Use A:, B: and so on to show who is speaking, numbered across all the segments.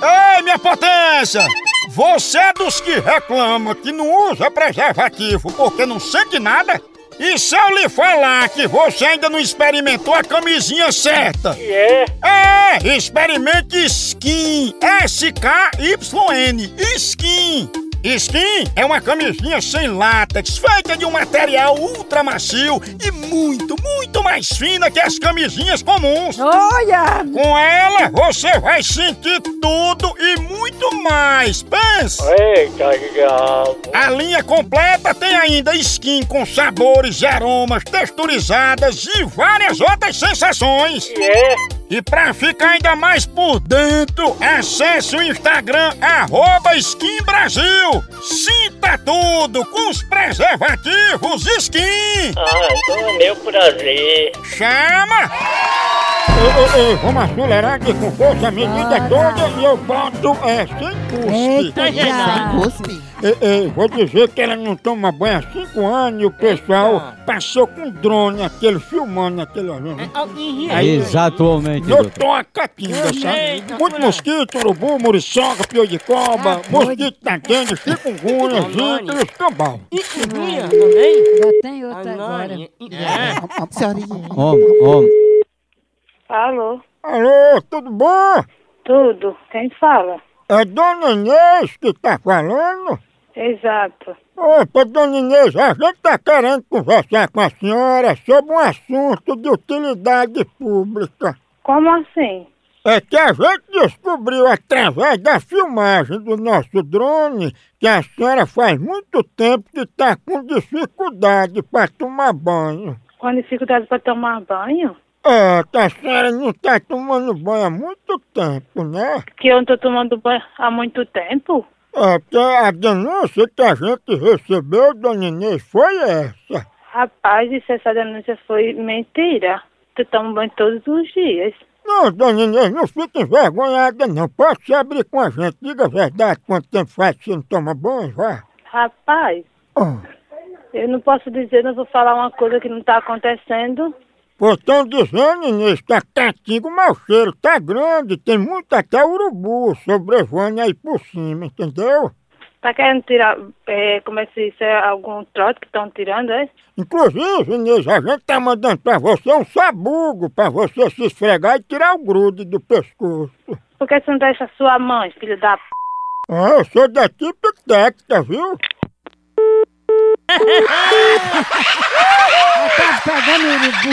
A: Dona Potência! Você é dos que reclama que não usa preservativo porque não sente nada? E se eu lhe falar que você ainda não experimentou a camisinha certa?
B: E é?
A: É, experimente Skin. S-K-Y-N. Skin. Skin é uma camisinha sem látex, feita de um material ultra macio e muito, muito mais fina que as camisinhas comuns.
C: Olha!
A: Com ela, você vai sentir tudo e muito mais. Pensa!
B: Eita, diabo.
A: A linha completa tem ainda skin com sabores e aromas texturizadas e várias outras sensações.
B: E é?
A: E pra ficar ainda mais por dentro, acesse o Instagram arroba Skin Brasil. Sinta tudo com os preservativos Skin.
B: Ah, então é meu prazer.
A: Chama! Ei, ei, ei, vamos acelerar aqui com força, a medida é toda e eu boto é, sem custo.
C: Eita, já.
D: Cuspe.
A: Ei, ei, vou dizer que ela não toma banho há cinco anos e o pessoal passou com drone, aquele filmando, aquele...
E: Exatamente,
A: Eu
E: doutor.
A: tô a catinga, sabe? Muito mosquito, urubu, muriçoca, piolho de cobra, mosquito na tenda, chikungunya, zítrios, cambal.
C: Eu tenho outra agora.
D: Senhorinha.
E: Homem, homem.
F: Alô,
A: Alô, tudo bom?
F: tudo. Quem fala?
A: É Dona Inês que tá falando?
F: Exato.
A: Opa, Dona Inês, a gente tá querendo conversar com a senhora sobre um assunto de utilidade pública.
F: Como assim?
A: É que a gente descobriu através da filmagem do nosso drone que a senhora faz muito tempo que está com dificuldade para tomar banho.
F: Com dificuldade para tomar banho?
A: É, que a senhora não está tomando banho há muito tempo, né?
F: Que eu não tô tomando banho há muito tempo?
A: É, porque a denúncia que a gente recebeu, dona Inês, foi essa.
F: Rapaz, isso, essa denúncia foi mentira. Tu toma banho todos os dias.
A: Não, dona Inês, não fique envergonhada não. Pode se abrir com a gente. Diga a verdade quanto tempo faz que você não toma banho, vá.
F: Rapaz,
A: Ah.
F: eu não posso dizer, não vou falar uma coisa que não tá acontecendo.
A: Pois estão dizendo, Inês, que a Caatinga, o mau cheiro tá grande, tem muito até urubu sobrevoando aí por cima, entendeu?
F: Tá querendo tirar, é, como é que se- isso é algum trote que estão tirando, é?
A: Inclusive, Inês, a gente tá mandando pra você um sabugo pra você se esfregar e tirar o grude do pescoço.
F: Por que você não deixa sua mãe, filho da p...
A: Ah, eu sou da tipo tecta, viu?
C: Tá pegando urubu.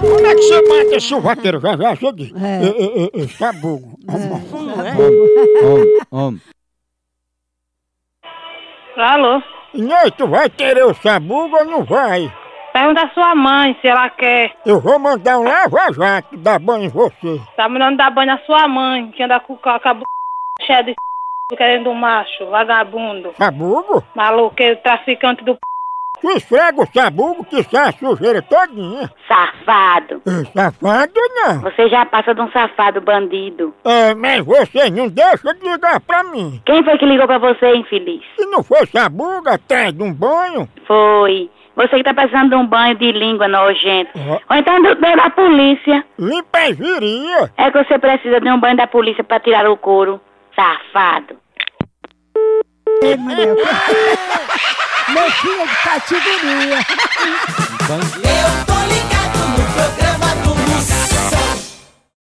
A: Como é que você mata esse vaqueiro? Já, já, já digo.
C: É.
A: É, é, é, é, sabugo.
E: Homem, homem.
F: Alô?
A: Inês, tu vai querer o sabugo ou não vai?
F: Pergunta à sua mãe se ela quer.
A: Eu vou mandar um lava-jato dar banho em você.
F: Tá mandando dar banho na sua mãe, que anda com, com a bu- cheia de c... querendo um macho, vagabundo,
A: Sabugo?
F: maloqueiro, traficante do p...
A: Tu esfrega o sabugo que sai a sujeira todinha.
G: Safado.
A: Ei, Safado não.
G: Você já passa de um safado bandido.
A: É, mas você não deixa de ligar pra mim.
G: Quem foi que ligou pra você, infeliz?
A: Se não for sabugo atrás de um banho,
G: Foi. Você que tá precisando de um banho de língua nojento.
A: Ó.
G: Ou então do banho da polícia.
A: limpa as viria.
G: É que você precisa de um banho da polícia pra tirar o couro. Safado.
C: Meu filho de categoria.
E: Bandido.